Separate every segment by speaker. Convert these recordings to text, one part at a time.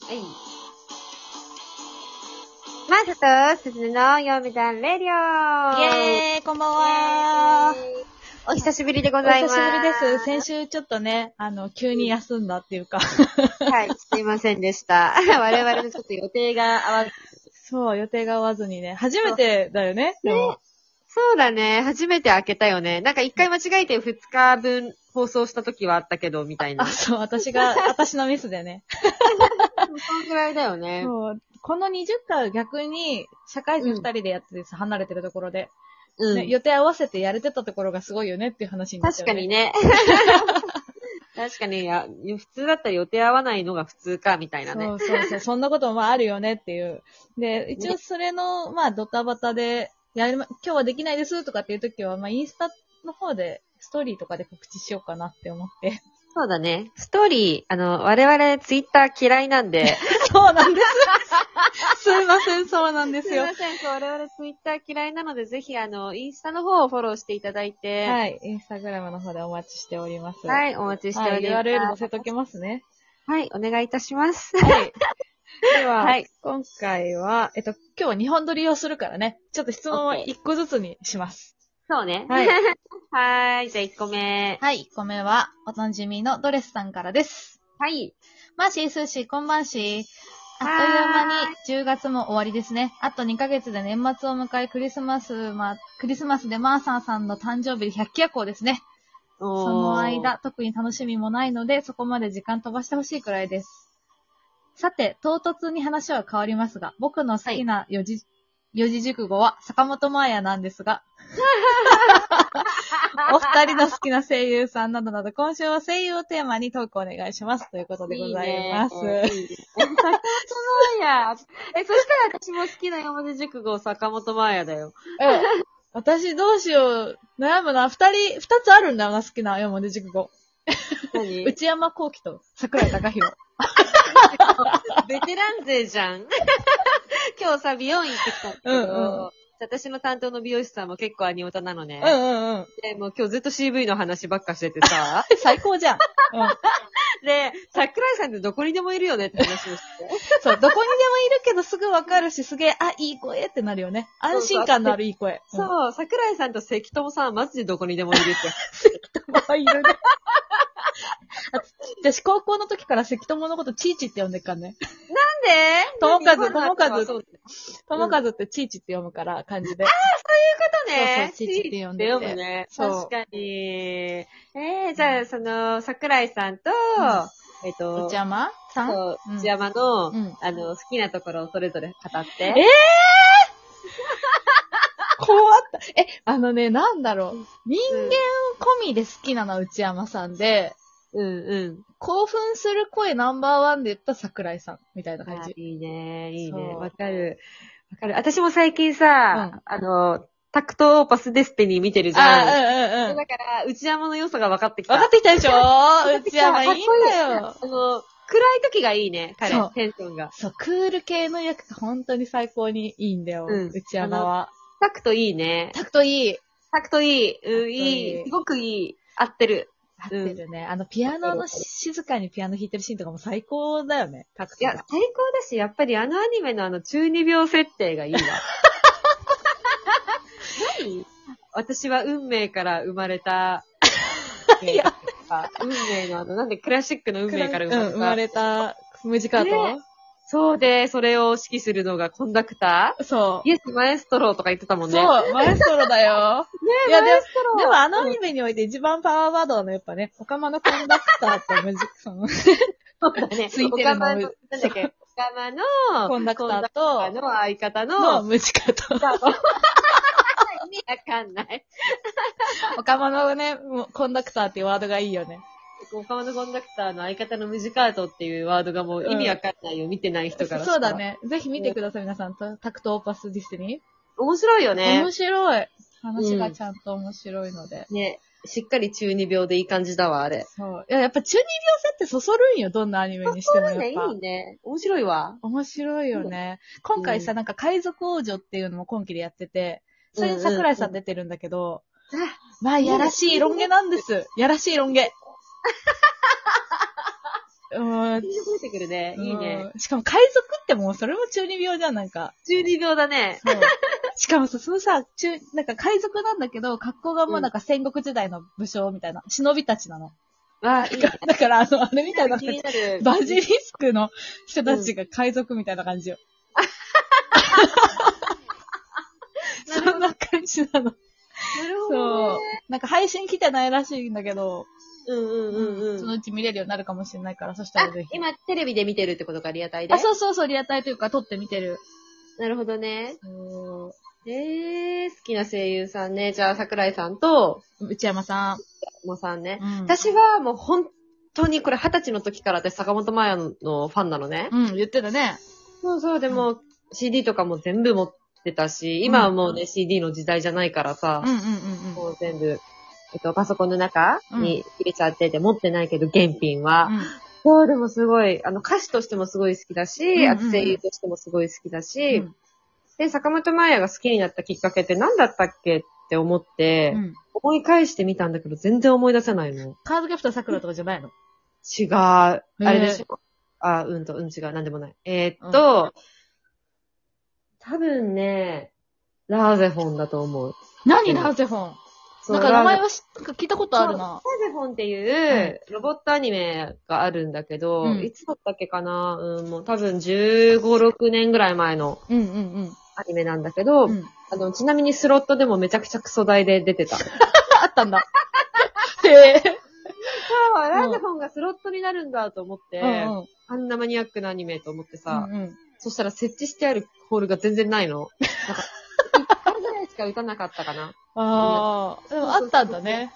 Speaker 1: はい。マサとスズの嫁だレディオ
Speaker 2: イエーイこんばんは
Speaker 1: お久しぶりでご
Speaker 2: お
Speaker 1: ざいます。
Speaker 2: 久しぶりです。先週ちょっとね、あの、急に休んだっていうか。
Speaker 1: はい、すいませんでした。 我々のちょっと予定が合わず。
Speaker 2: そう、予定が合わずにね。初めてだよね。でも
Speaker 1: そうだね。初めて開けたよね。なんか一回間違えて2日分放送した時はあったけど、みたいな。
Speaker 2: あ、そう、私 が、私のミスでね。
Speaker 1: そのぐらいだよね。
Speaker 2: そうこの20回逆に、社会人2人でやっててさ、離れてるところで、
Speaker 1: う
Speaker 2: ね予定合わせてやれてたところがすごいよねっていう話になっち
Speaker 1: 確
Speaker 2: ゃう、
Speaker 1: かに。ね。 確かに、いや、普通だったら予定合わないのが普通か、みたいなね
Speaker 2: そ。うそうそう、そんなこともまああるよねっていう。で、一応それの、まあ、ドタバタで、やりま、今日はできないですとかっていう時は、まあ、インスタの方で、ストーリーとかで告知しようかなって思って。
Speaker 1: そうだね。ストーリー、あの、我々ツイッター嫌いなん で。
Speaker 2: そうな んです。すいません、そうなんですす
Speaker 1: い
Speaker 2: よ
Speaker 1: ま。せん、そう、我々ツイッター嫌いなので、ぜひ、あの、インスタの方をフォローしていただいて。はい。
Speaker 2: はい、インスタグラムの方でお待ちしております。い。
Speaker 1: お待ちしてお
Speaker 2: はい、
Speaker 1: ります。
Speaker 2: URL 載せときますね。
Speaker 1: はい、お願いいたします。
Speaker 2: はい。では、
Speaker 1: はい
Speaker 2: 今回は、えっと、今日は2本撮りをするからね、ちょっと質問を
Speaker 1: OK
Speaker 2: 1個ずつにします。
Speaker 1: そうね。
Speaker 2: はい。
Speaker 1: はーい、じゃあ1個目。
Speaker 2: はい、1個目は、おなじみのドレスさんからです。
Speaker 1: はい。
Speaker 2: マーシー、スーシー、こんばんしあっ
Speaker 1: はーい
Speaker 2: という間に10月も終わりですね。あと2ヶ月で年末を迎え、クリスマス、ま、クリスマスでマーサーさんの誕生日で100期夜行ですね。
Speaker 1: そ
Speaker 2: その間、。特に楽しみもないので、そこまで時間飛ばしてほしいくらいです。さて、唐突に話は変わりますが、僕の好きな四字、四字熟語は坂本真綾なんですが、お二人の好きな声優さんなどなど、今週は声優をテーマにトークお願いします。ということでございます。
Speaker 1: いね。 いいね坂本真綾。え、そしたら私も好きな山手熟語、坂本真綾だよ。
Speaker 2: うん私どうしよう、悩むな。二人、二つあるんだよな、好きな四文字熟語。
Speaker 1: 何ベ
Speaker 2: 内山幸輝と桜井貴弘。
Speaker 1: テラン勢じゃん。今日さ、美容院行ってきたんだけど、
Speaker 2: うんうん
Speaker 1: 私の担当の美容師さんも結構アニオタなのね。
Speaker 2: うんうんうん。
Speaker 1: で、もう今日ずっと CV の話ばっかしててさ。
Speaker 2: 最高じゃん。うん。
Speaker 1: で、桜井さんってどこにでもいるよねって話をして。
Speaker 2: そう、どこにでもいるけどすぐわかるし、すげえ、あ、いい声ってなるよね。安心感のあるいい声。うん
Speaker 1: そう、桜井さんと関友さんはマジでどこにでもいるって。
Speaker 2: 可愛いよね。あ私、高校の時から関友のことチーチって呼んでっからね。
Speaker 1: な
Speaker 2: 友
Speaker 1: んで
Speaker 2: 和
Speaker 1: 友
Speaker 2: 友和
Speaker 1: そう
Speaker 2: 友和ってチーチって読むから、漢字で。
Speaker 1: だね。
Speaker 2: そうそうチーチって呼んでて
Speaker 1: チーチって呼ぶね。
Speaker 2: そう
Speaker 1: 確かに。えー、じゃあ、その、桜井さんと、えっと、
Speaker 2: 内山さん
Speaker 1: そう
Speaker 2: うん
Speaker 1: 内山の、
Speaker 2: うん
Speaker 1: あの、好きなところをそれぞれ語って。
Speaker 2: えー怖った。え、あのね、なんだろう。人間込みで好きなのは内山さんで、
Speaker 1: うんうん。
Speaker 2: 興奮する声ナンバーワンで言った桜井さんみたいな感
Speaker 1: あ
Speaker 2: じ。
Speaker 1: いいね、いいね。
Speaker 2: そう
Speaker 1: わかる。わかる。私も最近さ、あの、タクトオーパスデスティニー見てるじゃん。
Speaker 2: あ、うんうんうん。
Speaker 1: だから、内山の良さが分かってきた。
Speaker 2: 分かってきたでしょ
Speaker 1: ってき
Speaker 2: 内
Speaker 1: た
Speaker 2: 山いいんだよ。
Speaker 1: あの、暗い時がいいね、彼
Speaker 2: そ、う
Speaker 1: テンションが。
Speaker 2: そう、クール系の役が本当に最高にいいんだよ、
Speaker 1: うん
Speaker 2: 内山は。
Speaker 1: タクトいいね。
Speaker 2: タクトいい。
Speaker 1: タクトいい。う
Speaker 2: ト
Speaker 1: ん、
Speaker 2: いい
Speaker 1: いい。すごくいい。合ってる。
Speaker 2: 合ってるね。あの、ピアノの静かにピアノ弾いてるシーンとかも最高だよね、タク
Speaker 1: い
Speaker 2: ト
Speaker 1: や、
Speaker 2: が
Speaker 1: 最。高だし、やっぱりあのアニメのあの中二病設定がいい わ。何私は運命から生まれた。
Speaker 2: いや
Speaker 1: 運命のあの、なんでクラシックの運命から
Speaker 2: うん
Speaker 1: 生まれた。
Speaker 2: 生まれたムジカート、
Speaker 1: ねそうで、それを指揮するのがコンダクタ
Speaker 2: そ
Speaker 1: ーイエス、マエストローとか言ってたも
Speaker 2: う。
Speaker 1: んね。
Speaker 2: そう、マエストロだ よ。いや、で
Speaker 1: マエ
Speaker 2: も
Speaker 1: ストロ、
Speaker 2: でもあのアニメにおいて一番パワーワードはね、やっぱね、オカマのコンダクターとムジその、
Speaker 1: そうだね。
Speaker 2: ついて
Speaker 1: オカ
Speaker 2: るの
Speaker 1: マの、なんだっけ、オカマの、
Speaker 2: コンダクター
Speaker 1: コンダクター
Speaker 2: と、
Speaker 1: の相方
Speaker 2: の
Speaker 1: の、
Speaker 2: ムジカート。
Speaker 1: 意味わかんない。
Speaker 2: オカマのね、もうコンダクターっていうワードがいいよね。
Speaker 1: オカマのコンダクターの相方のムジカートっていうワードがもう意味わかんないよ、見てない人からしたら
Speaker 2: そうだ。ね。ぜひ見てください、皆さん。タタクトオーパスディスティニ
Speaker 1: 面白いよ
Speaker 2: ー。
Speaker 1: ね
Speaker 2: 面。白い。話がちゃんと面白いので。
Speaker 1: ね。しっかり中二病でいい感じだわ、あれ。
Speaker 2: そう。いや、やっぱ中二病性ってそそるんよ、どんなアニメにしてもやっぱ。
Speaker 1: ね、いいね。面白いわ。
Speaker 2: 面白いよね。今回さ、
Speaker 1: うん
Speaker 2: なんか海賊王女っていうのも今期でやってて、それに
Speaker 1: うんうんうん
Speaker 2: 桜井さん出てるんだけど、
Speaker 1: あ
Speaker 2: まあ、やらしいロン毛なんです。やらしいロン毛。うん
Speaker 1: みんな覚えてくるね。 いいね。
Speaker 2: うんしかも海賊ってもうそれも中二病じゃん、なんか。
Speaker 1: 12秒だね。
Speaker 2: そう。しかもさ、そのさ、中、なんか海賊なんだけど、格好がもうなんか戦国時代の武将みたいな、忍びたちなの。
Speaker 1: わあ、いいね。
Speaker 2: だから、あの、あれみたいな、
Speaker 1: 気になる。
Speaker 2: バジリスクの人たちが海賊みたいな感じよ。
Speaker 1: なるほど
Speaker 2: そんな感じな
Speaker 1: なる
Speaker 2: の。
Speaker 1: ほど
Speaker 2: そう
Speaker 1: ね。。
Speaker 2: なんか配信来てないらしいんだけど、
Speaker 1: うんうんうん
Speaker 2: そうの
Speaker 1: ん。
Speaker 2: うち見れるようになるかもしれないから、そした
Speaker 1: あ
Speaker 2: らぜ、ひ。
Speaker 1: 今テレビで見てるってことか、リアタイで。
Speaker 2: あ、そうそうそう、リアタイというか撮って見てる。
Speaker 1: なるほどね。
Speaker 2: そ
Speaker 1: えー、好きな声優さんね。じゃあ、桜井さんと、
Speaker 2: う内山さん。
Speaker 1: もさんね。
Speaker 2: うん、
Speaker 1: 私はもう本当にこれ二十歳の時から私坂本真綾のファンなのね。
Speaker 2: うん、言ってたね。
Speaker 1: そうそう、でも CD とかも全部持ってたし、今はもうね、CD の時代じゃないからさ
Speaker 2: うん、うんうんうん。
Speaker 1: もう全部、えっと、パソコンの中に入れちゃってて持ってないけど、原品は。そう、でもすごい、あの歌手としてもすごい好きだ
Speaker 2: うんう
Speaker 1: し、
Speaker 2: ん
Speaker 1: あと声優としてもすごい好きだ
Speaker 2: うん
Speaker 1: し、で、坂本真綾が好きになったきっかけって何だったっけって思って、
Speaker 2: うん。
Speaker 1: 思い返してみたんだけど、全然思い出せないの。
Speaker 2: カードキャプター桜とかじゃないの
Speaker 1: 違う。あれでし
Speaker 2: え
Speaker 1: ょ、あ、うんと、うん違う、なんでもない。えーっと、多分ね、ラーゼフォンだと思う。
Speaker 2: 何
Speaker 1: うん
Speaker 2: ラーゼフォン。
Speaker 1: そう
Speaker 2: なんか名前
Speaker 1: ラー
Speaker 2: はしなんか聞いたことあるな。
Speaker 1: ゼフォンって
Speaker 2: は
Speaker 1: いうロボットアニメがあるんだけど、
Speaker 2: うん
Speaker 1: いつだったっけかなうん、もう多分15、6年ぐらい前の
Speaker 2: うんうん
Speaker 1: アニメなんだけど、
Speaker 2: うん。うん、
Speaker 1: あの、ちなみにスロットでもめちゃくちゃクソ大で出てた。
Speaker 2: あったんだ。 へ
Speaker 1: あラーゼフォンがスロットになるんだと思って、
Speaker 2: え。うんうん
Speaker 1: あんなマニアックなアニメと思ってさ、
Speaker 2: うんうん
Speaker 1: そしたら設置してあるホールが全然ないの。なんか、1回ぐらいしか打たなかったかな。
Speaker 2: ああ、でもあったんだね。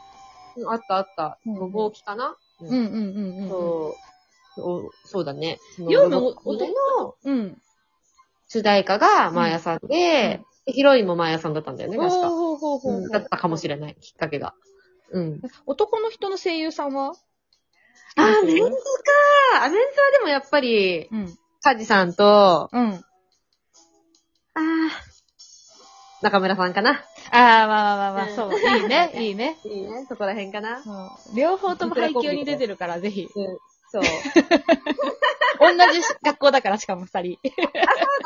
Speaker 1: うんあったあった。
Speaker 2: うん
Speaker 1: ごぼうきかな、
Speaker 2: うんうんうんうん。
Speaker 1: そうおそうだね。そ
Speaker 2: 夜の
Speaker 1: ごぼうきの
Speaker 2: う。うん。
Speaker 1: 主題歌がマーヤさんで、ヒロインもマーヤさんだったんだよね、
Speaker 2: ほう
Speaker 1: 確か。
Speaker 2: ほうほうほ
Speaker 1: うん
Speaker 2: う。
Speaker 1: だったかもしれない、きっかけが。うん。
Speaker 2: 男の人の声優さんは
Speaker 1: あー、メンズかあ、メンズはでもやっぱり、
Speaker 2: うん。
Speaker 1: カジさんと、
Speaker 2: うん。
Speaker 1: あー中村さんかな。
Speaker 2: ああ、まあまあまあまあ、そ
Speaker 1: う
Speaker 2: う。
Speaker 1: ん
Speaker 2: いいね、いいね。
Speaker 1: いいね、そこら辺かな。
Speaker 2: そう両方とも配給に出てるから、ぜひ。
Speaker 1: うん、そう。
Speaker 2: 同じ学校だから、しかも二人。
Speaker 1: な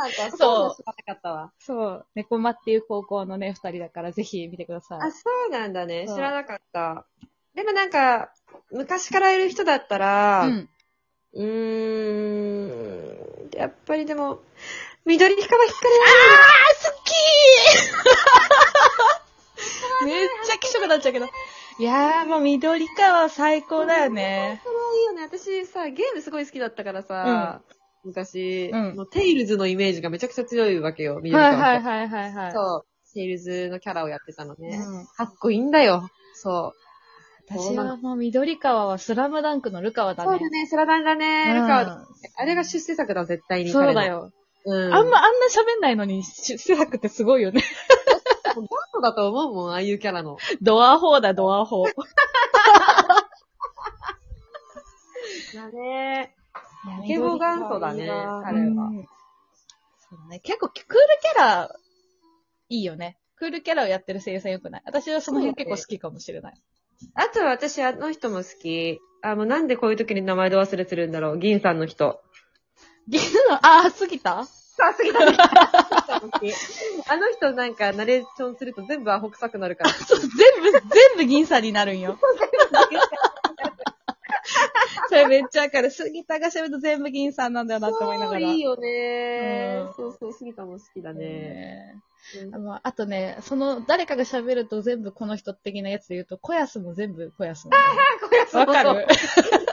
Speaker 1: んか、
Speaker 2: そう
Speaker 1: 知らなかったわ。
Speaker 2: そう。猫間っていう高校のね、二人だから、ぜひ見てください。
Speaker 1: あ、そうなんだね。
Speaker 2: そう
Speaker 1: 知らなかった。でもなんか、昔からいる人だったら、
Speaker 2: う。
Speaker 1: うんーん、やっぱりでも、緑ひかはひか
Speaker 2: あ、好きーめっちゃ気色になっちゃうけど。いやー、もう緑川最高だよね。
Speaker 1: れはいいよね。私さ、ゲームすごい好きだったからさ、昔、
Speaker 2: うん
Speaker 1: もうテイルズのイメージがめちゃくちゃ強いわけよ、緑
Speaker 2: は
Speaker 1: 川
Speaker 2: い
Speaker 1: って。
Speaker 2: はいはいはいはい。
Speaker 1: そう。テイルズのキャラをやってたのね。
Speaker 2: うん
Speaker 1: かっこいいんだよ。そう。
Speaker 2: 私はもう緑川はスラムダンクのルカワだね。
Speaker 1: そうだね、スラダンがね、ルカワ
Speaker 2: うん
Speaker 1: あれが出世作だ、絶対に。
Speaker 2: そうだ
Speaker 1: よ。
Speaker 2: よ。
Speaker 1: うん。
Speaker 2: あんま、あんな喋んないのに、しスラックってすごいよね。
Speaker 1: そうだと思うもん、ああいうキャラの。
Speaker 2: ドアホーだ、ドアホー。
Speaker 1: だね。イケボ元祖だね彼は
Speaker 2: うんそうだね。結構、クールキャラ、いいよね。クールキャラをやってる声優さんよくない私はその辺結構好きかもしれない。
Speaker 1: あとは私、あの人も好き。あ、もうなんでこういう時に名前で忘れてるんだろう。銀さんの人。
Speaker 2: 銀の、ああ、過ぎた
Speaker 1: さすがだね。あの人なんかナレーションすると全部アホ臭くなる から。
Speaker 2: そう、全部、全部銀さんになるんよ。それめっちゃわかる。杉田が喋ると全部銀さんなんだよなって思いながら。
Speaker 1: いいよね
Speaker 2: うん。
Speaker 1: そうそう、杉田も好きだね。
Speaker 2: ね
Speaker 1: うん
Speaker 2: あのあとね、その、誰かが喋ると全部この人的なやつで言うと、小安も全部小安な
Speaker 1: あ、これ
Speaker 2: の。わかる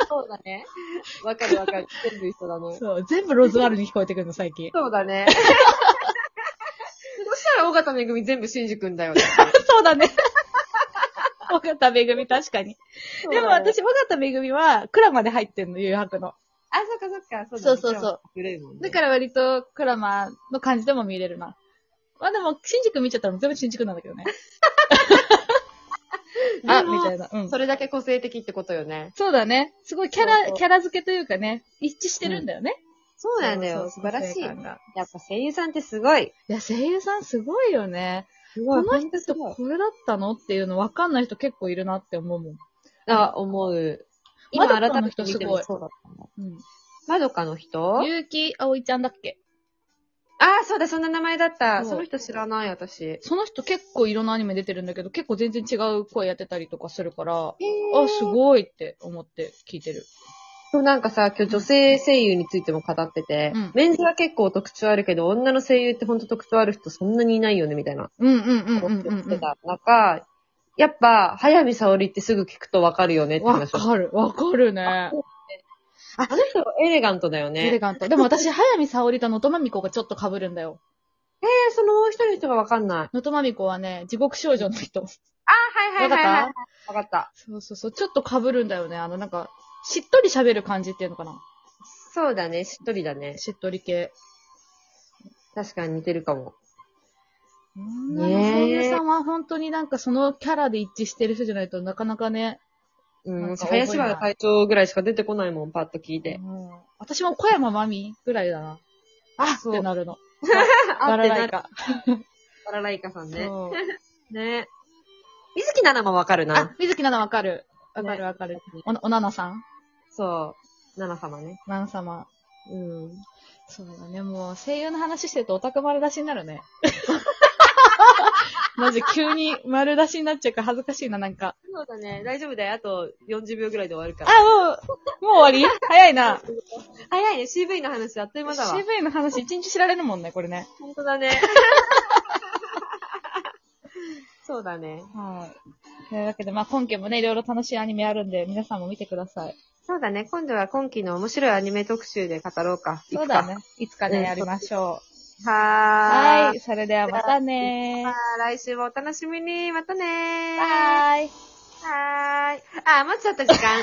Speaker 1: そうだね。わかるわかる。全部一緒だね。
Speaker 2: そう、全部ロズワルに聞こえてくるの、最近。
Speaker 1: そうだね。 そしたら、尾形めぐみ全部真珠くんだよね。
Speaker 2: そうだね。尾形めぐみ、確かに。でも私、尾形めぐみは、クラマで入ってんの、誘白の。
Speaker 1: あ、そっかそっか、そうだ、ね、
Speaker 2: そうそうそう。
Speaker 1: 古いもんね。
Speaker 2: だから割と、クラマの感じでも見れるな。まあでも、新宿見ちゃったらもう全部新宿なんだけどね。 あ、
Speaker 1: でも
Speaker 2: みたいな。うん
Speaker 1: そ。れだけ個性的ってことよね。
Speaker 2: そうだね。すごいキャ
Speaker 1: そうそ
Speaker 2: ラ、
Speaker 1: う
Speaker 2: キャラ付けというかね、一致してるんだよね。
Speaker 1: そうなんだ
Speaker 2: そう
Speaker 1: よ。
Speaker 2: そ
Speaker 1: 素
Speaker 2: う
Speaker 1: 晴らしい。
Speaker 2: 個性
Speaker 1: やっ
Speaker 2: 感が
Speaker 1: ぱ声優さんってすごい。
Speaker 2: いや、声優さんすごいよね。
Speaker 1: す
Speaker 2: こ
Speaker 1: ご
Speaker 2: の人
Speaker 1: す
Speaker 2: と
Speaker 1: ごい。
Speaker 2: これだったのっていうの分かんない人結構いるなって思うもん。
Speaker 1: あ、思う。今
Speaker 2: まど
Speaker 1: 改
Speaker 2: かの
Speaker 1: めて見
Speaker 2: 人す
Speaker 1: て
Speaker 2: ご
Speaker 1: も
Speaker 2: い
Speaker 1: そうだったんだ。
Speaker 2: うん。
Speaker 1: まどかの人
Speaker 2: 結城葵ちゃんだっけ
Speaker 1: ああ、そうだ、そんな名前だった。
Speaker 2: そう
Speaker 1: その人知らない、私。
Speaker 2: その人結構いろんなアニメ出てるんだけど、結構全然違う声やってたりとかするから、あ、
Speaker 1: い。
Speaker 2: すごいって思って聞いてる。
Speaker 1: そうなんかさ、今日女性声優についても語ってて、
Speaker 2: うん
Speaker 1: メンズは結構特徴あるけど、女の声優ってほんと特徴ある人そんなにいないよね、みたいな。
Speaker 2: うんうんうんうん
Speaker 1: 思って
Speaker 2: うんうん。
Speaker 1: た中、やっぱ、早見沙織ってすぐ聞くとわかるよねって
Speaker 2: わ
Speaker 1: 話をして
Speaker 2: かる、わかるね。
Speaker 1: あの人、エレガントだよ
Speaker 2: エレ
Speaker 1: ね。
Speaker 2: ガント。でも私、早見沙織と能登まみこがちょっと被るんだよ。
Speaker 1: えー、そのもう一人の人がわかんない。
Speaker 2: 能登まみこはね、地獄少女の人。わ
Speaker 1: あ、
Speaker 2: かった
Speaker 1: たわかった。
Speaker 2: そうそうそう。ちょっと被るんだよね。あの、なんか、しっとり喋る感じっていうのかな。
Speaker 1: そうだね、しっとりだね。
Speaker 2: しっとり系。
Speaker 1: 確かに似てるかも。
Speaker 2: 女の声優さんは本当になんかそのキャラで一致してる人じゃないとなかなかね。
Speaker 1: う
Speaker 2: なん
Speaker 1: ん、
Speaker 2: か覚えない
Speaker 1: 林原会長ぐらいしか出てこないもん、パッと聞いて。
Speaker 2: うん私も小山まみぐらいだな。あ
Speaker 1: そう
Speaker 2: ってなるの。
Speaker 1: あ
Speaker 2: バラライ
Speaker 1: か。
Speaker 2: カ。
Speaker 1: バラライカさんね。
Speaker 2: そう
Speaker 1: ね。水木奈々もわかる
Speaker 2: あ
Speaker 1: な。、
Speaker 2: 水木奈々わかる。わかるわかる。おな、おななさん
Speaker 1: そう。奈々様ね。
Speaker 2: なな様。
Speaker 1: うん。
Speaker 2: そうだね、もう声優の話してるとオタク丸出しになる ね。マジ急に丸出しになっちゃうから恥ずかしいな、なんか。
Speaker 1: そうだね。大丈夫だよ。あと40秒ぐらいで終わるから。
Speaker 2: あ、もう、もう終わり早いな。
Speaker 1: 早いね。CV の話あっという間だわ。
Speaker 2: CV の話一日知られるもんね、これね。
Speaker 1: 本当だ ね。そうだね。
Speaker 2: はい。というわけで、まあ今期もね、いろいろ楽しいアニメあるんで、皆さんも見てください。
Speaker 1: そうだね。今度は今期の面白いアニメ特集で語ろうか。
Speaker 2: そうだね。いつかね、
Speaker 1: うん
Speaker 2: やりまし
Speaker 1: い
Speaker 2: ょ
Speaker 1: つか。
Speaker 2: う。
Speaker 1: はーい。
Speaker 2: はい。それではまたね
Speaker 1: はーい来週もお楽しみに。またねー。は
Speaker 2: バイ。
Speaker 1: ー い。あー、もうちょっと時間。